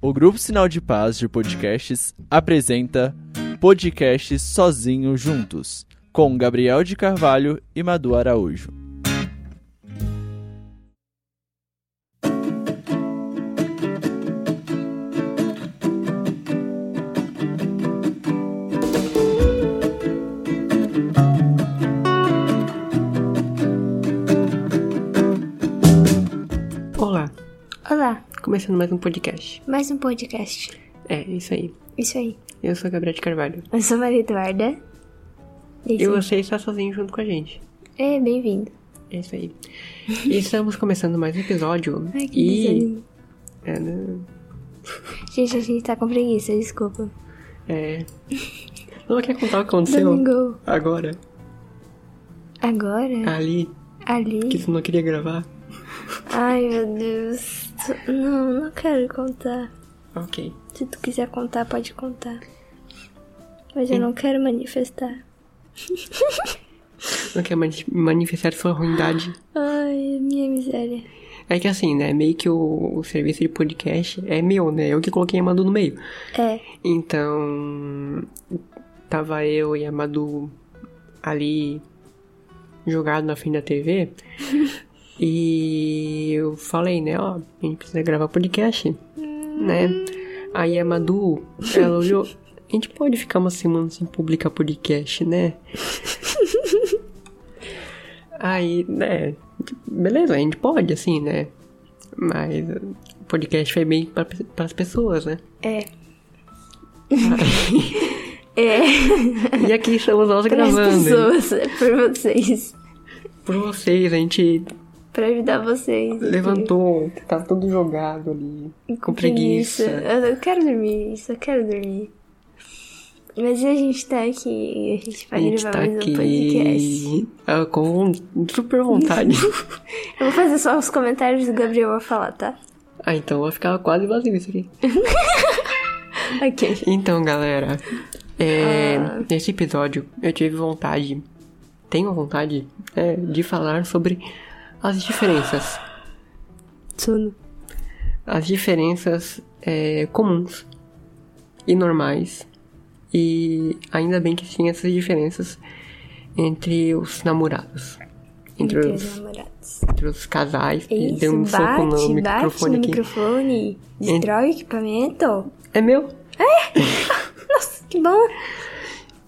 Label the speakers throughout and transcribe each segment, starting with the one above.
Speaker 1: O Grupo Sinal de Paz de Podcasts apresenta Podcasts Sozinho Juntos, com Gabriel de Carvalho e Madu Araújo.
Speaker 2: Olá,
Speaker 3: Olá,
Speaker 2: começando mais um podcast.
Speaker 3: mais um podcast.
Speaker 2: É, isso aí.
Speaker 3: Isso aí.
Speaker 2: Eu sou a Gabriela de Carvalho.
Speaker 3: Eu sou Maria Eduarda. É
Speaker 2: E
Speaker 3: isso aí.
Speaker 2: você está sozinho junto com a gente.
Speaker 3: É, bem-vindo.
Speaker 2: É isso aí. E estamos começando mais um episódio.
Speaker 3: Ai, que
Speaker 2: e...
Speaker 3: desânimo.
Speaker 2: É, né?
Speaker 3: Gente, a gente tá com preguiça, desculpa.
Speaker 2: é... Não quer contar o que aconteceu
Speaker 3: Domingo.
Speaker 2: agora?
Speaker 3: Agora?
Speaker 2: Ali,
Speaker 3: Ali?
Speaker 2: Ah, que tu não queria gravar?
Speaker 3: Ai, meu Deus. Não, não quero contar.
Speaker 2: Ok.
Speaker 3: Se tu quiser contar, pode contar. Mas eu não quero manifestar.
Speaker 2: Não quer mani- manifestar sua ruindade.
Speaker 3: Ai, minha miséria.
Speaker 2: É que assim, né? Meio que o, o serviço de podcast é meu, né? Eu que coloquei a Madu no meio.
Speaker 3: É,
Speaker 2: Então, tava eu e a Madu ali jogado na frente da TV. e eu falei, né, ó, a gente precisa gravar podcast, né? Aí a Madu, ela olhou, a gente pode ficar uma semana sem publicar podcast, né? Aí, né, beleza, a gente pode, assim, né? Mas o podcast foi bem para as pessoas, né?
Speaker 3: é. é,
Speaker 2: E aqui estamos nós
Speaker 3: para as
Speaker 2: gravando.
Speaker 3: pessoas, é por vocês.
Speaker 2: Por vocês, a gente
Speaker 3: Pra ajudar vocês.
Speaker 2: levantou, tá tudo jogado ali, com preguiça.
Speaker 3: Eu não quero dormir, só quero dormir. Mas a gente tá aqui, a gente
Speaker 2: A
Speaker 3: vai
Speaker 2: gente
Speaker 3: gravar
Speaker 2: tá
Speaker 3: mais um podcast.
Speaker 2: aqui ah, com von- super vontade.
Speaker 3: Eu vou fazer só os comentários do Gabriel vai falar, tá?
Speaker 2: ah, então vai ficar quase vazio isso aqui.
Speaker 3: Ok.
Speaker 2: Então, galera, é,
Speaker 3: Ah.
Speaker 2: nesse episódio eu tive vontade, tenho vontade, é, de falar sobre as diferenças.
Speaker 3: Sono.
Speaker 2: as diferenças é, comuns e normais. E ainda bem que tinha essas diferenças entre os namorados. Entre,
Speaker 3: Entre os
Speaker 2: os,
Speaker 3: namorados.
Speaker 2: entre os casais.
Speaker 3: É
Speaker 2: e deu
Speaker 3: Isso,
Speaker 2: um soco no
Speaker 3: bate, bate
Speaker 2: microfone
Speaker 3: no
Speaker 2: aqui.
Speaker 3: microfone. Destrói o equipamento.
Speaker 2: É meu?
Speaker 3: Nossa, que bom.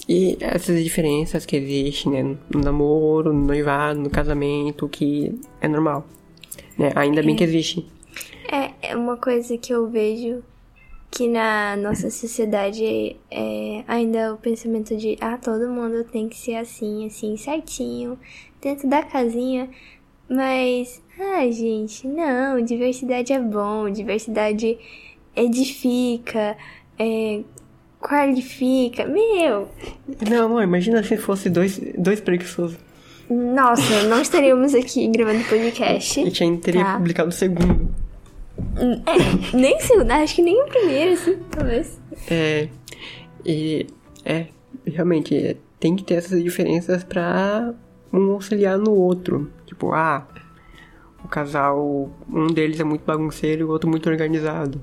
Speaker 2: E essas diferenças que existem, né? No namoro, no noivado, no casamento, que é normal. Né? Ainda bem que existe.
Speaker 3: É, é uma coisa que eu vejo que na nossa sociedade é ainda é o pensamento de ah, todo mundo tem que ser assim, assim, certinho, dentro da casinha. Mas, ah, gente, não, diversidade é bom, diversidade edifica, é, qualifica. Meu,
Speaker 2: Não, amor, imagina se fosse dois, dois preguiçosos.
Speaker 3: nossa, não estaríamos aqui gravando podcast.
Speaker 2: A gente ainda teria
Speaker 3: Tá.
Speaker 2: publicado o segundo.
Speaker 3: É, nem sei, acho que nem o primeiro, assim, talvez.
Speaker 2: É, e é, realmente, é, tem que ter essas diferenças pra um auxiliar no outro. Tipo, ah, o casal, um deles é muito bagunceiro e o outro muito organizado.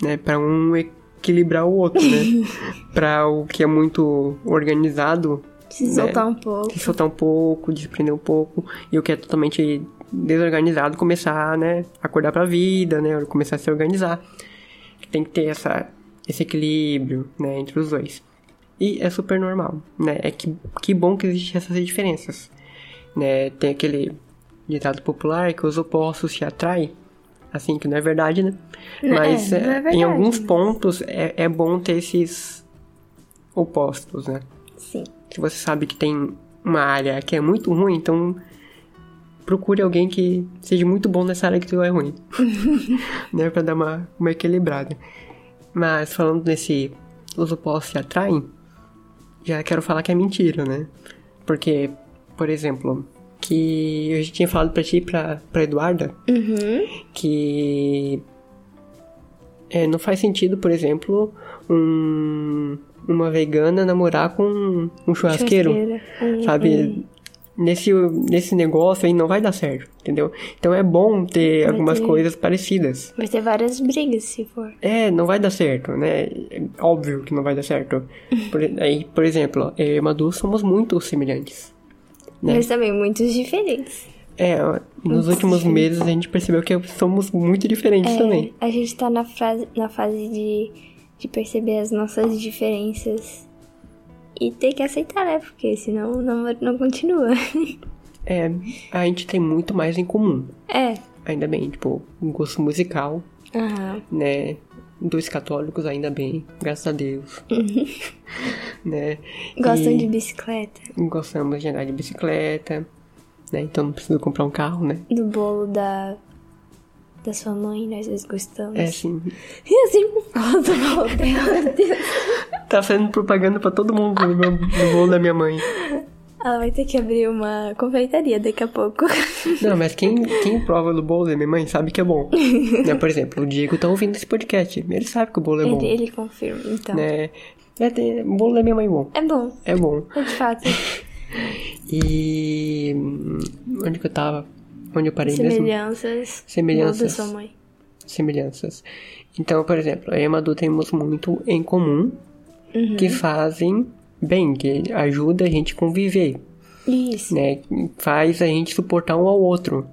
Speaker 2: Né, pra um equilibrar o outro, né? pra o que é muito organizado,
Speaker 3: Se
Speaker 2: Né?
Speaker 3: soltar um pouco.
Speaker 2: se soltar um pouco, desprender um pouco, e o que é totalmente desorganizado começar, né, acordar pra vida, né, começar a se organizar. Tem que ter essa, esse equilíbrio, né, entre os dois. E é super normal, né, é que, que bom que existem essas diferenças, né, tem aquele ditado popular que os opostos se atraem, assim, que não é verdade, né,
Speaker 3: Não é,
Speaker 2: mas
Speaker 3: não é
Speaker 2: é, em
Speaker 3: verdade.
Speaker 2: alguns pontos é, é bom ter esses opostos, né
Speaker 3: Sim.
Speaker 2: que você sabe que tem uma área que é muito ruim, então procure alguém que seja muito bom nessa área que tu é ruim. né, pra dar uma, uma equilibrada. Mas falando nesse os opostos se atraem, já quero falar que é mentira, né? Porque, por exemplo, que eu já tinha falado pra ti e pra, pra Eduarda
Speaker 3: Uhum.
Speaker 2: que é, não faz sentido, por exemplo, um, uma vegana namorar com um churrasqueiro.
Speaker 3: Churrasqueira. Um-
Speaker 2: Sabe? nesse, nesse negócio aí não vai dar certo, entendeu? Então é bom ter
Speaker 3: Vai
Speaker 2: algumas
Speaker 3: ter-
Speaker 2: coisas parecidas.
Speaker 3: Vai ter várias brigas se for.
Speaker 2: É, não vai dar certo, né? É óbvio que não vai dar certo. Por, aí, por exemplo, eu e a Madu somos muito semelhantes. Né?
Speaker 3: Mas também muitos diferentes.
Speaker 2: É, nos
Speaker 3: Muito
Speaker 2: últimos
Speaker 3: diferente.
Speaker 2: meses a gente percebeu que somos muito diferentes também.
Speaker 3: A gente tá na, frase, na fase de, de perceber as nossas diferenças e ter que aceitar, né? Porque senão o namoro não continua.
Speaker 2: É, a gente tem muito mais em comum.
Speaker 3: É.
Speaker 2: Ainda bem, tipo, um gosto musical,
Speaker 3: Aham.
Speaker 2: né? Dois católicos, ainda bem, graças a Deus. né?
Speaker 3: Gostam
Speaker 2: E
Speaker 3: de bicicleta.
Speaker 2: Gostamos de andar de bicicleta, né? Então não precisa comprar um carro, né?
Speaker 3: Do bolo da, da sua mãe, nós dois gostamos.
Speaker 2: É assim.
Speaker 3: E assim por falta, meu Deus.
Speaker 2: Tá saindo propaganda pra todo mundo no, meu, no bolo da minha mãe.
Speaker 3: Ela vai ter que abrir uma confeitaria daqui a pouco.
Speaker 2: Não, mas quem, quem prova do bolo da minha mãe sabe que é bom. né? Por exemplo, o Diego tá ouvindo esse podcast. Ele sabe que o bolo é bom.
Speaker 3: Ele, ele confirma, então.
Speaker 2: Né? É, tem- o bolo da minha mãe é bom.
Speaker 3: É bom,
Speaker 2: É bom.
Speaker 3: é de fato.
Speaker 2: E. hum, Onde que eu tava? Onde eu parei mesmo?
Speaker 3: Semelhanças.
Speaker 2: Semelhanças.
Speaker 3: do da sua mãe.
Speaker 2: Semelhanças. Então, por exemplo, eu e a Madu temos muito em comum que fazem bem, que ajuda a gente a conviver,
Speaker 3: Isso.
Speaker 2: né? Faz a gente suportar um ao outro.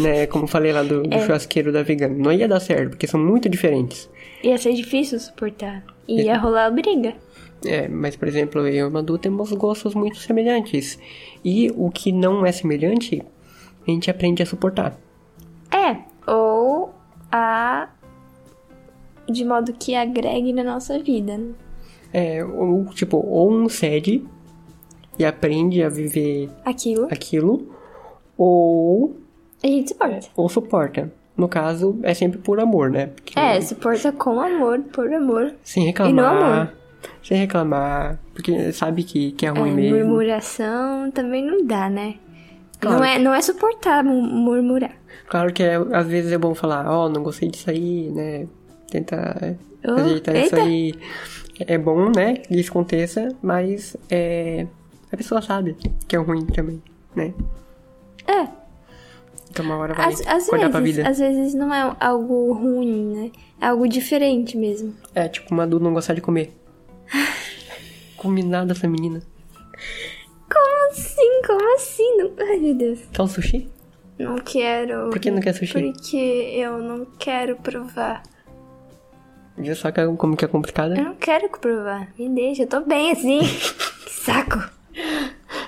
Speaker 2: né? Como eu falei lá do, do churrasqueiro da vegana. Não ia dar certo, porque são muito diferentes.
Speaker 3: Ia ser difícil suportar. Ia rolar briga.
Speaker 2: É, mas, por exemplo, eu e a Madu temos gostos muito semelhantes. E o que não é semelhante, a gente aprende a suportar.
Speaker 3: É. Ou a. De modo que agregue na nossa vida. né?
Speaker 2: É, ou, tipo, ou um cede e aprende a viver
Speaker 3: Aquilo.
Speaker 2: aquilo, ou,
Speaker 3: A gente suporta.
Speaker 2: ou suporta. No caso, é sempre por amor, né? Porque
Speaker 3: É, suporta com amor, por amor.
Speaker 2: Sem reclamar.
Speaker 3: e no amor.
Speaker 2: Sem reclamar. Porque sabe que, que é ruim
Speaker 3: É,
Speaker 2: mesmo.
Speaker 3: murmuração também não dá, né?
Speaker 2: Claro.
Speaker 3: Não, é, não é suportar mu- murmurar.
Speaker 2: Claro que é, às vezes é bom falar, ó, não gostei disso aí, né? Tenta
Speaker 3: Oh,
Speaker 2: ajeitar isso
Speaker 3: eita.
Speaker 2: aí. É bom, né? Que isso aconteça, mas é, a pessoa sabe que é ruim também, né?
Speaker 3: É,
Speaker 2: Então uma hora vai
Speaker 3: às, às
Speaker 2: olhar pra
Speaker 3: vezes,
Speaker 2: vida.
Speaker 3: às vezes não é algo ruim, né? É algo diferente mesmo.
Speaker 2: É, tipo, uma Du não gostar de comer. Come nada essa menina.
Speaker 3: Como assim? Como assim? Não- Ai, meu Deus.
Speaker 2: Tá um sushi?
Speaker 3: Não quero.
Speaker 2: Por que não quer sushi?
Speaker 3: Porque eu não quero provar.
Speaker 2: Viu só que- como que é complicado?
Speaker 3: Eu não quero provar. Me deixa, eu tô bem assim. que saco.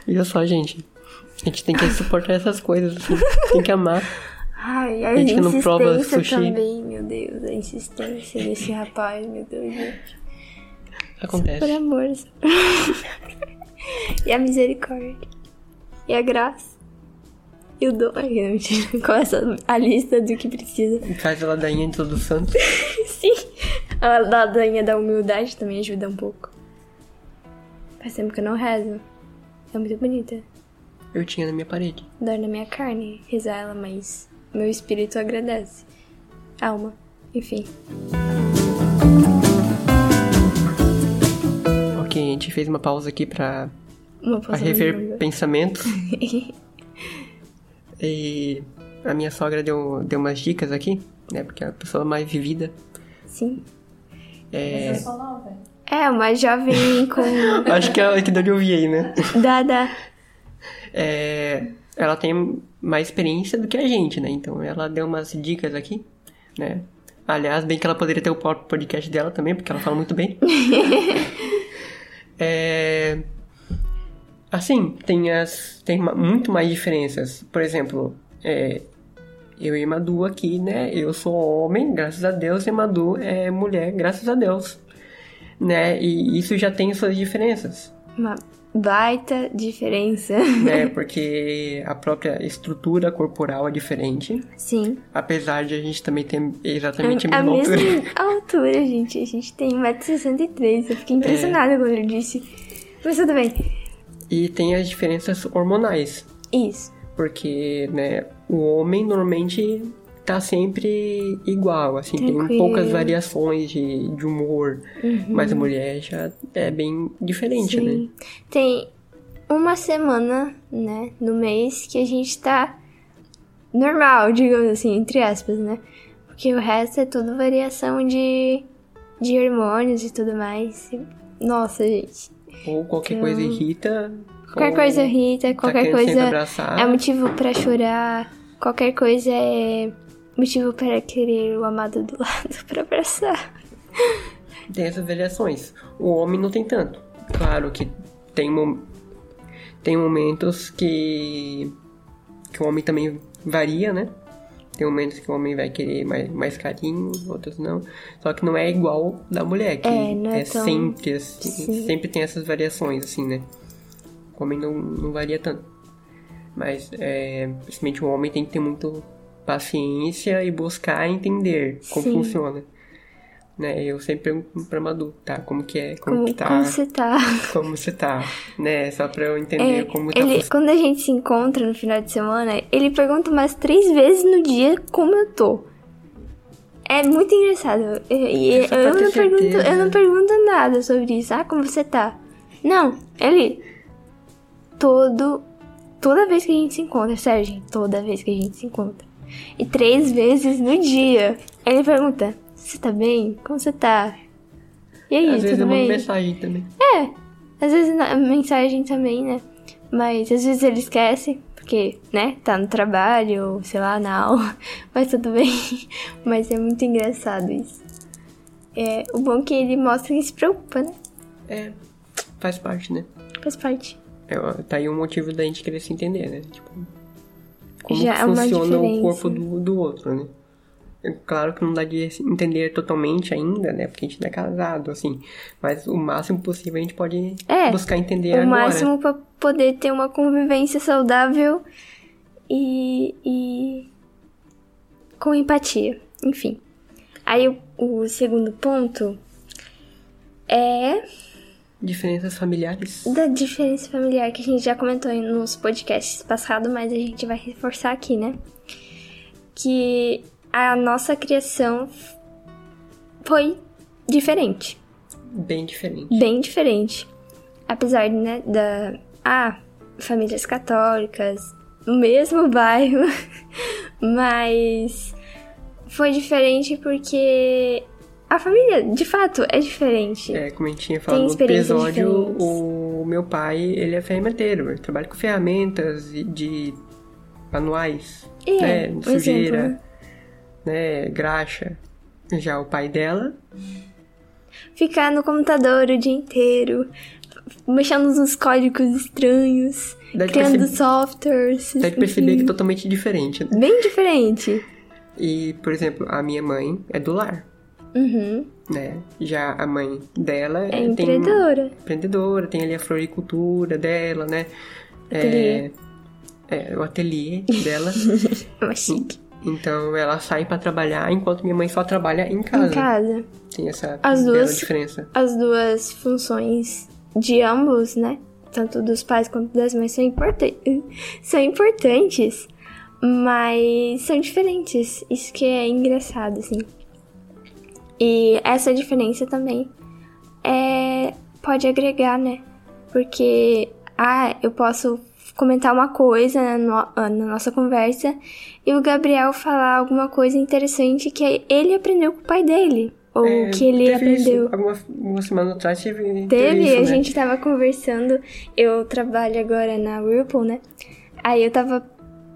Speaker 2: Viu só, gente. A gente tem que suportar essas coisas, assim. Tem que amar.
Speaker 3: Ai, a,
Speaker 2: Gente que
Speaker 3: insistência
Speaker 2: não prova sushi.
Speaker 3: também, meu Deus. A insistência desse rapaz, meu Deus, gente. Por
Speaker 2: Acontece.
Speaker 3: amor. e a misericórdia. E a graça. E o dom. Ai, não, mentira. Começa a lista do que precisa.
Speaker 2: Faz a ladainha de todos os santos.
Speaker 3: Sim. A ladainha da humildade também ajuda um pouco. Faz tempo que eu não rezo. É muito bonita.
Speaker 2: Eu tinha na minha parede.
Speaker 3: Dói na minha carne rezar ela, mas meu espírito agradece. Alma. Enfim.
Speaker 2: Ok, a gente fez uma pausa aqui pra,
Speaker 3: Uma
Speaker 2: pra
Speaker 3: poção de
Speaker 2: rever
Speaker 3: língua.
Speaker 2: pensamentos. e a minha sogra deu, deu umas dicas aqui, né? Porque é a pessoa mais vivida.
Speaker 3: Sim.
Speaker 2: É,
Speaker 3: É, uma jovem com.
Speaker 2: acho que é ela que deu de ouvir aí, né?
Speaker 3: Dada.
Speaker 2: É, ela tem mais experiência do que a gente, né? Então ela deu umas dicas aqui, né? Aliás, bem que ela poderia ter o próprio podcast dela também, porque ela fala muito bem. É, assim, tem, as, tem ma- muito mais diferenças. Por exemplo, é, eu e Madu aqui, né? Eu sou homem, graças a Deus, e Madu é mulher, graças a Deus. Né? E isso já tem suas diferenças
Speaker 3: Uma baita diferença.
Speaker 2: né? Porque a própria estrutura corporal é diferente,
Speaker 3: Sim.
Speaker 2: apesar de a gente também ter exatamente a
Speaker 3: É a
Speaker 2: mesma
Speaker 3: mesma
Speaker 2: É altura.
Speaker 3: altura, gente. A gente tem 1,63m. Eu fiquei impressionada quando ele disse. Mas tudo bem.
Speaker 2: E tem as diferenças hormonais,
Speaker 3: Isso.
Speaker 2: porque, né, o homem normalmente tá sempre igual, assim, tem
Speaker 3: Tranquilo. Uhum.
Speaker 2: poucas variações de, de humor, mas a mulher já é bem diferente, né?
Speaker 3: Sim. Tem. uma semana, né, no mês que a gente tá normal, digamos assim, entre aspas, né? Porque o resto é tudo variação de, de hormônios e tudo mais. Nossa, gente.
Speaker 2: Ou qualquer coisa irrita.
Speaker 3: Então, Qualquer
Speaker 2: ou
Speaker 3: coisa irrita,
Speaker 2: tá
Speaker 3: qualquer
Speaker 2: querendo sempre
Speaker 3: coisa
Speaker 2: abraçar.
Speaker 3: é motivo pra chorar, qualquer coisa é motivo para querer o amado do lado pra abraçar.
Speaker 2: Tem essas variações. O homem não tem tanto. Claro que tem, mom- tem momentos que... que o homem também varia, né? Tem momentos que o homem vai querer mais, mais carinho, outros não. Só que não é igual da mulher, que
Speaker 3: É,
Speaker 2: é,
Speaker 3: não é tão-
Speaker 2: sempre assim.
Speaker 3: Sim.
Speaker 2: Sempre tem essas variações, assim, né? O homem não, não varia tanto. Mas, é, principalmente o homem tem que ter muito paciência e buscar entender como
Speaker 3: Sim.
Speaker 2: funciona. Né? Eu sempre pergunto pra Madu, tá? Como que é? Como,
Speaker 3: Como,
Speaker 2: que tá?
Speaker 3: como você tá?
Speaker 2: Como você tá? Né? Só pra eu entender
Speaker 3: É,
Speaker 2: como tá
Speaker 3: ele,
Speaker 2: funcionando.
Speaker 3: quando a gente se encontra no final de semana, ele pergunta umas três vezes no dia como eu tô. É muito engraçado. E- e-
Speaker 2: É só
Speaker 3: Eu,
Speaker 2: pra ter
Speaker 3: não pergunto,
Speaker 2: certeza.
Speaker 3: eu não pergunto nada sobre isso. Ah, como você tá? Não, ele. Todo. Toda vez que a gente se encontra, sério, gente, toda vez que a gente se encontra. E três vezes no dia. Ele pergunta: Você tá bem? Como você tá? E aí,
Speaker 2: Às vezes eu
Speaker 3: tudo
Speaker 2: mando
Speaker 3: bem?
Speaker 2: mensagem também.
Speaker 3: Às vezes na mensagem também, né? Mas às vezes ele esquece, porque, né, tá no trabalho, ou sei lá, na aula, mas tudo bem. Mas é muito engraçado isso. É, o bom é que ele mostra que se preocupa, né?
Speaker 2: É, faz parte, né?
Speaker 3: Faz parte.
Speaker 2: É, ó, tá aí um motivo da gente querer se entender, né? Tipo, como
Speaker 3: Já
Speaker 2: que
Speaker 3: é uma
Speaker 2: funciona
Speaker 3: diferença.
Speaker 2: o corpo do, do outro, né? É Claro que não dá de se entender totalmente ainda, né? Porque a gente não é casado, assim. Mas o máximo possível a gente pode
Speaker 3: É,
Speaker 2: buscar entender
Speaker 3: o
Speaker 2: agora.
Speaker 3: máximo pra poder ter uma convivência saudável e, e com empatia, enfim. Aí o, o segundo ponto é
Speaker 2: Diferenças familiares.
Speaker 3: da diferença familiar que a gente já comentou em- nos podcasts passados, mas a gente vai reforçar aqui, né? Que a nossa criação f- foi diferente,
Speaker 2: Bem diferentes.
Speaker 3: bem diferente. Apesar né, da ah, famílias católicas, no mesmo bairro, mas foi diferente porque a família, de fato, é diferente.
Speaker 2: É, como a gente tinha falado no
Speaker 3: experiências
Speaker 2: episódio,
Speaker 3: diferentes.
Speaker 2: o meu pai, ele é ferramenteiro. Ele trabalha com ferramentas e de manuais, né?
Speaker 3: É, um
Speaker 2: Sujeira,
Speaker 3: exemplo, né?
Speaker 2: né? Graxa. Já o pai dela
Speaker 3: ficar no computador o dia inteiro, mexendo nos códigos estranhos,
Speaker 2: Dá de
Speaker 3: criando Uhum.
Speaker 2: perceber-
Speaker 3: softwares.
Speaker 2: Dá de perceber que é
Speaker 3: enfim.
Speaker 2: totalmente diferente. né?
Speaker 3: Bem diferente.
Speaker 2: E, por exemplo, a minha mãe é do lar,
Speaker 3: Uhum.
Speaker 2: né? Já a mãe dela
Speaker 3: É
Speaker 2: tem um
Speaker 3: empreendedora.
Speaker 2: empreendedora, tem ali a floricultura dela, né?
Speaker 3: Ateliê.
Speaker 2: É, é, o ateliê dela.
Speaker 3: É uma chique.
Speaker 2: então ela sai pra trabalhar enquanto minha mãe só trabalha em
Speaker 3: Em
Speaker 2: casa.
Speaker 3: casa.
Speaker 2: Tem essa
Speaker 3: As
Speaker 2: bela
Speaker 3: duas-
Speaker 2: diferença.
Speaker 3: As duas funções de ambos, né? Tanto dos pais quanto das mães são, importan- são importantes, mas são diferentes. Isso que é engraçado, assim. E essa diferença também é, pode agregar, né? Porque, ah, eu posso comentar uma coisa na, no- ah, na nossa conversa e o Gabriel falar alguma coisa interessante que ele aprendeu com o pai dele. Ou
Speaker 2: É,
Speaker 3: que ele
Speaker 2: teve isso.
Speaker 3: aprendeu.
Speaker 2: Algumas, algumas semanas atrás teve. Teve,
Speaker 3: Teve,
Speaker 2: isso,
Speaker 3: a
Speaker 2: né?
Speaker 3: gente tava conversando. Eu trabalho agora na Whirlpool, né? Aí eu tava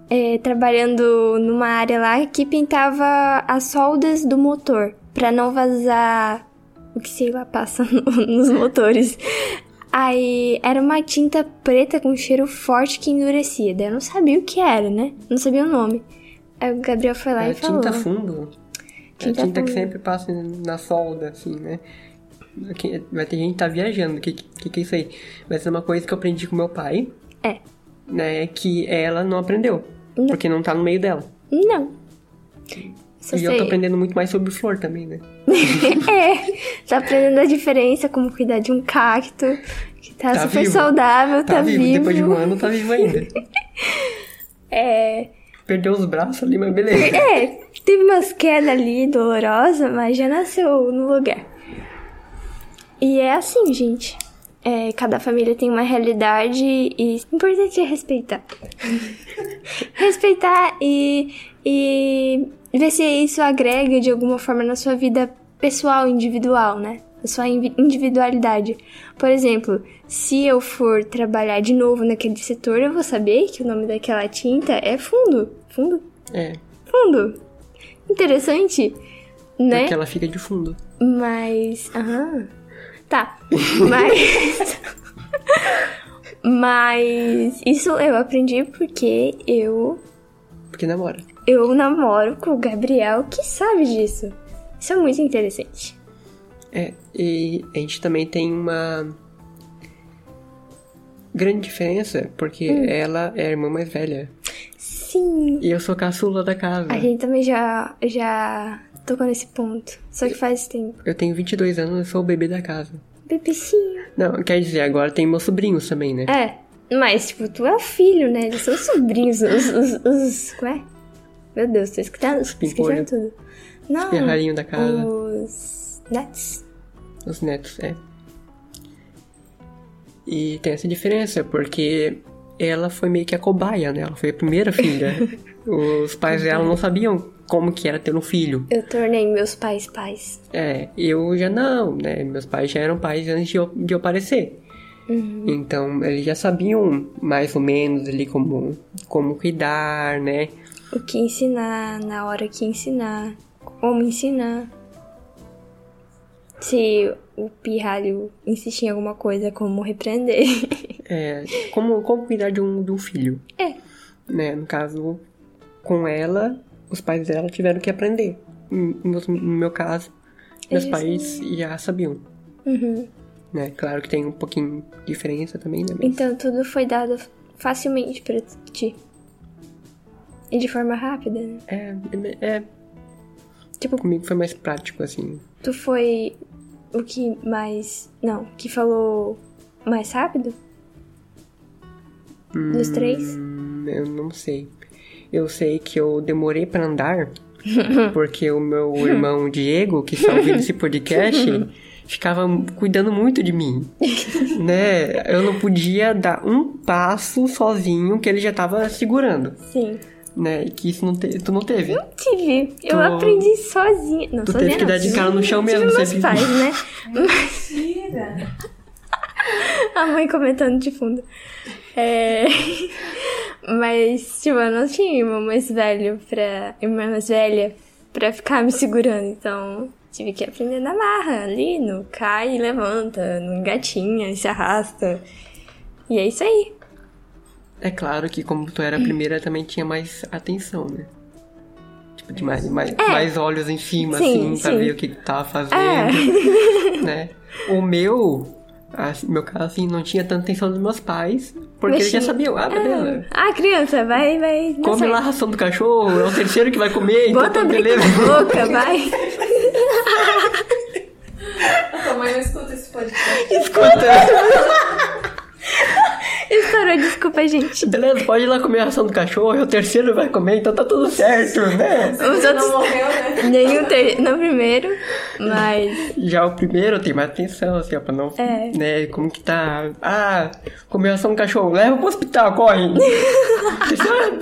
Speaker 3: é, trabalhando numa área lá que pintava as soldas do motor pra não vazar o que sei lá passa no- nos motores. Aí era uma tinta preta com cheiro forte que endurecia. Daí eu não sabia o que era, né? Não sabia o nome. Aí o Gabriel foi lá
Speaker 2: É
Speaker 3: e falou.
Speaker 2: tinta fundo. É
Speaker 3: Tinta
Speaker 2: tinta que
Speaker 3: fundo.
Speaker 2: sempre passa na solda, assim, né? Aqui- Vai ter gente que tá viajando, o que, que, que é isso aí? Mas é uma coisa que eu aprendi com meu pai.
Speaker 3: É.
Speaker 2: Né, que ela não aprendeu.
Speaker 3: Não.
Speaker 2: Porque não tá no meio dela.
Speaker 3: Não. Só
Speaker 2: e eu tô
Speaker 3: sei-
Speaker 2: aprendendo muito mais sobre flor também, né?
Speaker 3: É, tá aprendendo a diferença, como cuidar de um cacto, que tá,
Speaker 2: Tá
Speaker 3: super
Speaker 2: vivo.
Speaker 3: saudável, tá, vivo.
Speaker 2: Depois de um ano, tá vivo ainda.
Speaker 3: É,
Speaker 2: Perdeu os braços ali, mas beleza.
Speaker 3: é, teve umas quedas ali dolorosas, mas já nasceu no lugar. E é assim, gente. é, cada família tem uma realidade e o importante é respeitar. respeitar e, e ver se isso agrega de alguma forma na sua vida pessoal, individual, né? A sua invi- individualidade. Por exemplo, se eu for trabalhar de novo naquele setor, eu vou saber que o nome daquela tinta é fundo. Fundo?
Speaker 2: É,
Speaker 3: Fundo. Interessante, né?
Speaker 2: porque ela fica de fundo.
Speaker 3: Mas. Aham. Tá. Mas. Mas isso eu aprendi porque eu
Speaker 2: Porque namora.
Speaker 3: eu namoro com o Gabriel que sabe disso. Isso é muito interessante.
Speaker 2: É, e a gente também tem uma grande diferença, porque
Speaker 3: Hum.
Speaker 2: ela é a irmã mais velha.
Speaker 3: Sim.
Speaker 2: E eu sou caçula da casa.
Speaker 3: A gente também já já tocou nesse ponto. Só que faz tempo.
Speaker 2: Eu tenho 22 anos eu sou o bebê da casa.
Speaker 3: Bebecinho.
Speaker 2: Não, quer dizer, agora tem meus sobrinhos também, né?
Speaker 3: É. Mas, tipo, tu é o filho, né? Eles são sobrinhos. Os. os, os como é? Meu Deus, tô escutando,
Speaker 2: Pimpolho.
Speaker 3: esquecendo tudo. Não.
Speaker 2: Ferrarinho da casa,
Speaker 3: Os Nets.
Speaker 2: os netos, é. E tem essa diferença, porque ela foi meio que a cobaia, né? Ela foi a primeira filha. os pais dela não sabiam como que era ter um filho.
Speaker 3: Eu tornei meus pais pais.
Speaker 2: É, eu já não, né? Meus pais já eram pais antes de eu, de eu aparecer. Então, eles já sabiam mais ou menos ali como, como cuidar, né?
Speaker 3: O que ensinar, na hora que ensinar, como ensinar. Se o pirralho insistir em alguma coisa, como repreender.
Speaker 2: É, como, como cuidar de um, de um filho.
Speaker 3: É.
Speaker 2: Né? No caso, com ela, os pais dela tiveram que aprender. No, no meu caso, meus
Speaker 3: Eles-
Speaker 2: pais já sabiam. Né? Claro que tem um pouquinho de diferença também, né? Mas-
Speaker 3: Então tudo foi dado facilmente pra ti. E de forma rápida, né?
Speaker 2: É, é, é,
Speaker 3: Tipo,
Speaker 2: comigo foi mais prático, assim.
Speaker 3: tu foi o que mais. Não, que falou mais rápido? Dos três?
Speaker 2: Hum, eu não sei. Eu sei que eu demorei pra andar porque o meu irmão Diego, que está ouvindo esse podcast, ficava cuidando muito de mim. né? Eu não podia dar um passo sozinho que ele já tava segurando,
Speaker 3: Sim.
Speaker 2: né? E que isso não te- tu não teve.
Speaker 3: Tive. Eu
Speaker 2: Tu-
Speaker 3: aprendi sozinha. Não,
Speaker 2: tu
Speaker 3: sozinha
Speaker 2: teve que dar
Speaker 3: não.
Speaker 2: de cara no chão
Speaker 3: Tive
Speaker 2: mesmo,
Speaker 3: meus
Speaker 2: você-
Speaker 3: pais, né?
Speaker 4: Mentira!
Speaker 3: A mãe comentando de fundo. É... Mas, tipo, eu não tinha irmão mais velho pra... Irmã mais velha pra ficar me segurando. Então, tive que aprender na marra. Ali, no cai e levanta. No engatinha e se arrasta. E é isso aí.
Speaker 2: É claro que como tu era a primeira, também tinha mais atenção, né? Tipo, de mais, mais, mais olhos em cima,
Speaker 3: É. Sim,
Speaker 2: assim, pra
Speaker 3: sim.
Speaker 2: ver o que tu tava fazendo,
Speaker 3: É.
Speaker 2: né? O meu, assim, meu caso, assim, não tinha tanta atenção dos meus pais, porque eles já
Speaker 3: Mexinha.
Speaker 2: sabiam. Ah, beleza.
Speaker 3: Ah, criança, vai, vai. dá
Speaker 2: Come
Speaker 3: certo.
Speaker 2: lá a ração do cachorro, é o terceiro que vai comer, então
Speaker 3: É, Bota
Speaker 2: tá
Speaker 3: a briga
Speaker 2: beleza.
Speaker 3: na boca, vai.
Speaker 4: A tua mãe não escuta esse podcast.
Speaker 2: Escuta,
Speaker 3: Estourou, desculpa, gente.
Speaker 2: Então, beleza, pode ir lá comer a ração do cachorro, é o terceiro que vai comer, então tá tudo certo, né?
Speaker 3: Os
Speaker 4: Você
Speaker 3: outros...
Speaker 4: não morreu, né?
Speaker 3: Nenhum ter... Não primeiro, mas...
Speaker 2: Já o primeiro tem mais atenção, assim, ó, pra não.
Speaker 3: É.
Speaker 2: Né, como que tá. Ah, comeu ação um cachorro, leva pro hospital, corre!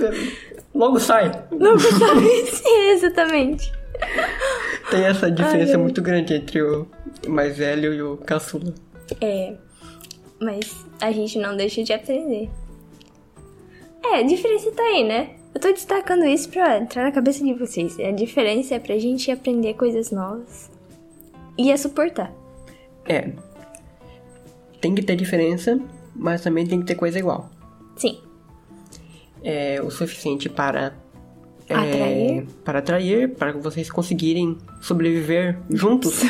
Speaker 2: Logo sai.
Speaker 3: Não sabe sim, exatamente.
Speaker 2: Tem essa diferença
Speaker 3: Ai, ai.
Speaker 2: muito grande entre o mais velho e o caçula.
Speaker 3: É. Mas a gente não deixa de aprender. É, a diferença tá aí, né? Eu tô destacando isso pra entrar na cabeça de vocês. A diferença é pra gente aprender coisas novas e é suportar.
Speaker 2: É. Tem que ter diferença, mas também tem que ter coisa igual.
Speaker 3: Sim.
Speaker 2: É o suficiente para. é,
Speaker 3: Atrair?
Speaker 2: para atrair, para vocês conseguirem sobreviver juntos.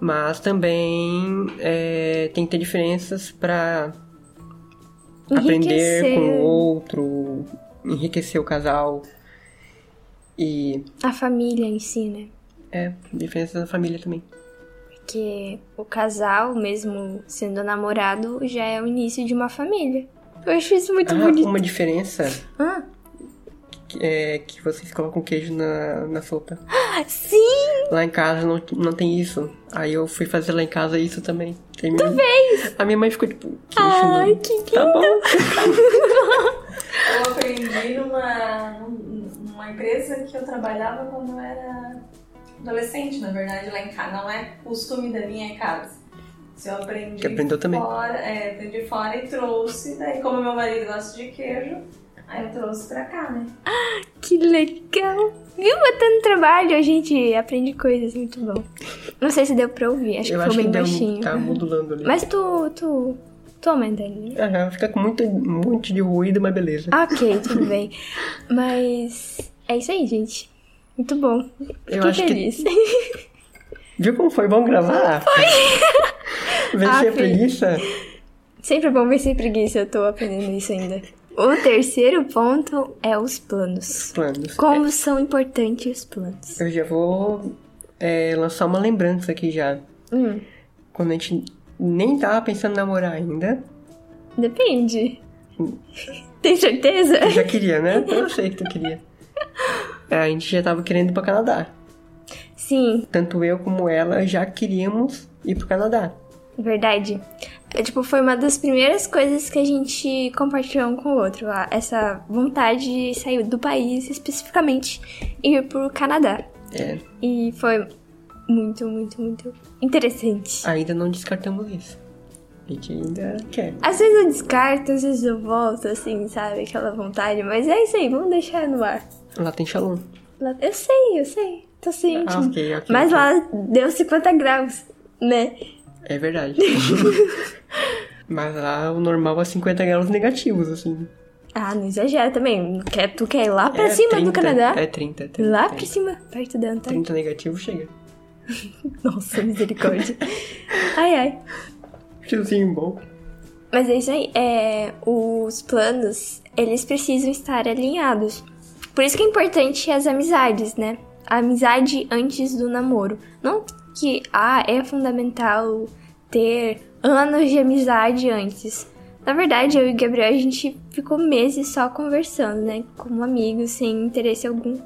Speaker 2: mas também é, tem que ter diferenças para aprender
Speaker 3: Enriquecer
Speaker 2: com o outro, enriquecer o casal e
Speaker 3: a família em si, né?
Speaker 2: é diferença da família também.
Speaker 3: Porque o casal, mesmo sendo namorado, já é o início de uma família. Eu acho isso muito
Speaker 2: Ah,
Speaker 3: bonito.
Speaker 2: uma diferença
Speaker 3: Ah,
Speaker 2: que- é que vocês colocam queijo na, na sopa.
Speaker 3: sim!
Speaker 2: Lá em casa não, não tem isso. Aí eu fui fazer lá em casa isso também. Porque a minha, Talvez. A minha mãe ficou tipo. Que isso,
Speaker 3: Ai, então
Speaker 2: mano?
Speaker 3: que lindo.
Speaker 2: Tá bom.
Speaker 4: Eu aprendi numa, numa empresa que eu trabalhava quando eu era adolescente, na verdade, lá em casa. Não é costume da minha casa. Isso eu aprendi
Speaker 2: Que aprendeu também.
Speaker 4: fora, é, aprendi fora e trouxe. Daí, como meu marido gosta de queijo, aí eu trouxe pra cá, né?
Speaker 3: Que legal. Viu? Botando trabalho, a gente aprende coisas muito bom. Não sei se deu pra ouvir, acho
Speaker 2: eu
Speaker 3: que
Speaker 2: acho
Speaker 3: foi
Speaker 2: que
Speaker 3: bem
Speaker 2: deu,
Speaker 3: baixinho.
Speaker 2: tá modulando ali.
Speaker 3: Mas tu, tu, tu aumenta ali, né?
Speaker 2: Aham, fica com muito, um monte de ruído, mas beleza.
Speaker 3: Ok, tudo bem. Mas é isso aí, gente. Muito bom. Fiquei
Speaker 2: Eu acho que-
Speaker 3: feliz.
Speaker 2: Viu como foi bom gravar? Foi! Vencer
Speaker 3: Ah,
Speaker 2: a preguiça?
Speaker 3: Sempre bom vencer preguiça, eu tô aprendendo isso ainda. O terceiro ponto é os planos.
Speaker 2: Planos.
Speaker 3: Como são importantes os planos.
Speaker 2: Eu já vou é, lançar uma lembrança aqui já.
Speaker 3: Hum,
Speaker 2: Quando a gente nem tava pensando em namorar ainda,
Speaker 3: depende. Tem certeza?
Speaker 2: eu já queria, né? Eu sei que tu queria. É, a gente já tava querendo ir pro Canadá.
Speaker 3: Sim,
Speaker 2: Tanto eu como ela já queríamos ir pro Canadá.
Speaker 3: verdade. É, tipo, foi uma das primeiras coisas que a gente compartilhou um com o outro. a- Essa vontade de sair do país, especificamente e ir pro Canadá.
Speaker 2: É,
Speaker 3: E foi muito, muito, muito interessante.
Speaker 2: ainda não descartamos isso. A gente ainda quer.
Speaker 3: Às vezes eu descarto, às vezes eu volto, assim, sabe? Aquela vontade. Mas é isso aí, vamos deixar no ar.
Speaker 2: Lá tem shalom.
Speaker 3: Lá- Eu sei, eu sei. Tô ciente.
Speaker 2: Ah, ok, ok.
Speaker 3: Mas
Speaker 2: ok.
Speaker 3: lá deu 50 graus, né?
Speaker 2: É verdade. Mas lá o normal é 50 graus negativos, assim.
Speaker 3: Ah, não exagera também. Quer, tu quer ir lá pra
Speaker 2: É
Speaker 3: cima
Speaker 2: 30,
Speaker 3: do Canadá?
Speaker 2: É 30. 30
Speaker 3: Lá pra
Speaker 2: 30,
Speaker 3: cima, perto da Antártica.
Speaker 2: 30 negativo chega.
Speaker 3: Nossa, misericórdia. ai, ai.
Speaker 2: Tiozinho bom.
Speaker 3: Mas é isso aí. É, os planos, eles precisam estar alinhados. Por isso que é importante as amizades, né? A amizade antes do namoro. Não que, ah, é fundamental ter anos de amizade antes. Na verdade, eu e o Gabriel, a gente ficou meses só conversando, né? Como amigos, sem interesse algum.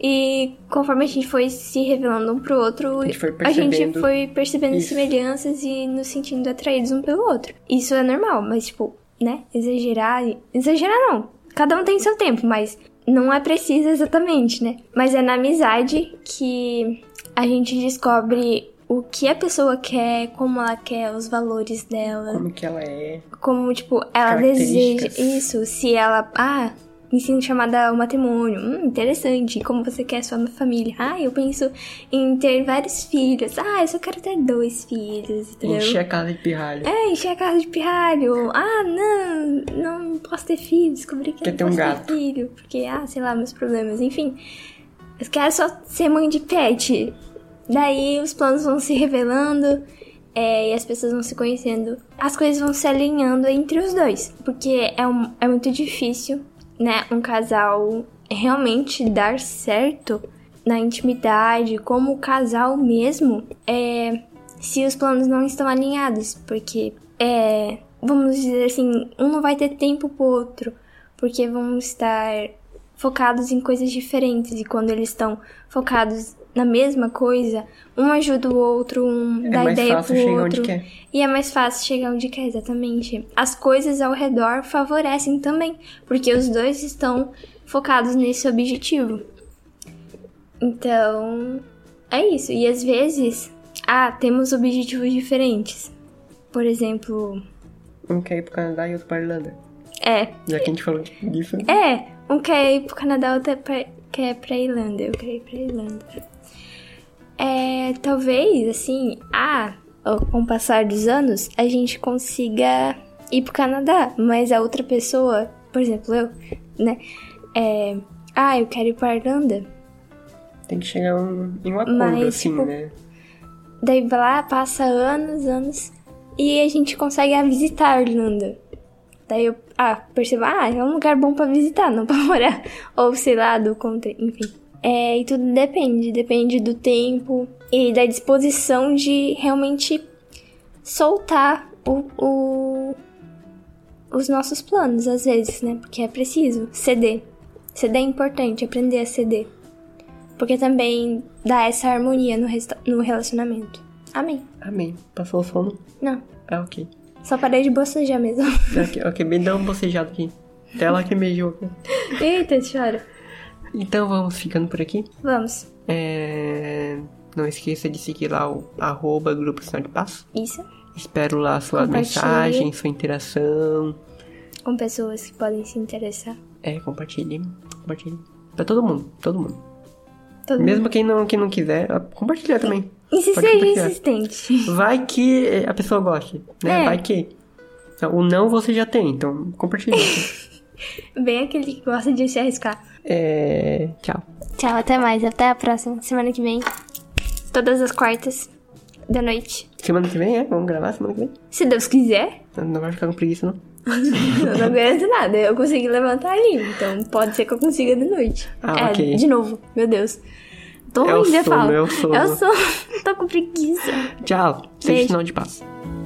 Speaker 3: E conforme a gente foi se revelando um pro outro,
Speaker 2: A gente foi
Speaker 3: a gente
Speaker 2: percebendo
Speaker 3: foi percebendo
Speaker 2: isso.
Speaker 3: semelhanças e nos sentindo atraídos um pelo outro. Isso é normal, mas tipo, né? Exagerar. Exagerar não. Cada um tem seu tempo, mas não é preciso exatamente, né? Mas é na amizade que a gente descobre o que a pessoa quer, como ela quer, os valores dela
Speaker 2: Como que ela é.
Speaker 3: como, tipo, ela deseja
Speaker 2: Características.
Speaker 3: isso, se ela. Ah, me sinto chamada ao matrimônio. Hum, interessante. Como você quer a sua família? Ah, eu penso em ter vários filhos. Ah, eu só quero ter dois filhos, entendeu?
Speaker 2: Encher a casa de pirralha.
Speaker 3: É, encher a casa de pirralho. Ah, não, não posso ter filho. Descobri que
Speaker 2: Quer
Speaker 3: não
Speaker 2: ter um
Speaker 3: posso
Speaker 2: gato.
Speaker 3: ter filho. Porque, ah, sei lá, meus problemas. Enfim, eu quero só ser mãe de pet. Daí os planos vão se revelando é, e as pessoas vão se conhecendo. As coisas vão se alinhando entre os dois. Porque é, um- é muito difícil, né, um casal realmente dar certo na intimidade, como casal mesmo, é, se os planos não estão alinhados, porque é, vamos dizer assim, um não vai ter tempo pro outro, porque vão estar focados em coisas diferentes e quando eles estão focados na mesma coisa, um ajuda o outro, um
Speaker 2: É
Speaker 3: dá
Speaker 2: mais
Speaker 3: ideia
Speaker 2: fácil
Speaker 3: pro
Speaker 2: chegar
Speaker 3: outro.
Speaker 2: onde quer.
Speaker 3: E é mais fácil chegar onde quer, exatamente. As coisas ao redor favorecem também, porque os dois estão focados nesse objetivo. Então, é isso. E às vezes, ah, temos objetivos diferentes. Por exemplo,
Speaker 2: Um quer ir pro Canadá e outro pra Irlanda.
Speaker 3: é,
Speaker 2: Já que a gente falou disso.
Speaker 3: é, um quer ir pro Canadá, outro é pra- quer ir pra Irlanda, eu quero ir pra Irlanda. É, talvez, assim, ah, com o passar dos anos, a gente consiga ir pro Canadá, mas a outra pessoa, por exemplo, eu, né, é, ah, eu quero ir pra Irlanda,
Speaker 2: Tem que chegar um- em um acordo,
Speaker 3: Mas,
Speaker 2: assim,
Speaker 3: tipo,
Speaker 2: né?
Speaker 3: Daí vai lá, passa anos, anos, e a gente consegue ah, visitar a Irlanda. Daí eu ah, percebo, ah, é um lugar bom pra visitar, não pra morar. Ou sei lá, do contra, enfim. É, e tudo depende, depende do tempo e da disposição de realmente soltar o, o- os nossos planos, às vezes, né? Porque é preciso ceder. Ceder é importante, aprender a ceder. Porque também dá essa harmonia no, resta- no relacionamento. Amém.
Speaker 2: Amém. Passou o sono?
Speaker 3: Não,
Speaker 2: Ah, ok.
Speaker 3: só parei de bocejar mesmo.
Speaker 2: Ok, ok, me dá um bocejado aqui. Até lá que beijou.
Speaker 3: Eita, chora.
Speaker 2: Então vamos ficando por aqui.
Speaker 3: Vamos.
Speaker 2: É, Não esqueça de seguir lá o arroba Grupo Sinal de Passo.
Speaker 3: Isso.
Speaker 2: Espero lá a sua
Speaker 3: Compartilhe.
Speaker 2: mensagem, sua interação.
Speaker 3: Com pessoas que podem se interessar.
Speaker 2: É, compartilhe. Compartilhe. Pra todo mundo, todo mundo.
Speaker 3: Todo
Speaker 2: Mesmo quem não, quem não quiser, ah, compartilha também.
Speaker 3: mundo. E se
Speaker 2: pode
Speaker 3: seja
Speaker 2: compartilhar.
Speaker 3: insistente.
Speaker 2: Vai que a pessoa goste, né?
Speaker 3: É.
Speaker 2: Vai que. Então, O não você já tem, então compartilha.
Speaker 3: Bem aquele que gosta de se arriscar.
Speaker 2: é... Tchau.
Speaker 3: Tchau, até mais. Até a próxima. Semana que vem. Todas as quartas da noite.
Speaker 2: Semana que vem, é? Vamos gravar semana que vem?
Speaker 3: Se Deus quiser.
Speaker 2: Não vai ficar com preguiça, não.
Speaker 3: Eu não aguento nada. Eu consegui levantar ali. Então pode ser que eu consiga de noite.
Speaker 2: Ah,
Speaker 3: é,
Speaker 2: ok.
Speaker 3: de novo. Meu Deus. Tô
Speaker 2: É o
Speaker 3: ruim né, de
Speaker 2: sono,
Speaker 3: fala.
Speaker 2: é o sono.
Speaker 3: É o sono. Tô com preguiça.
Speaker 2: Tchau. Sem
Speaker 3: Beijo.
Speaker 2: sinal de paz.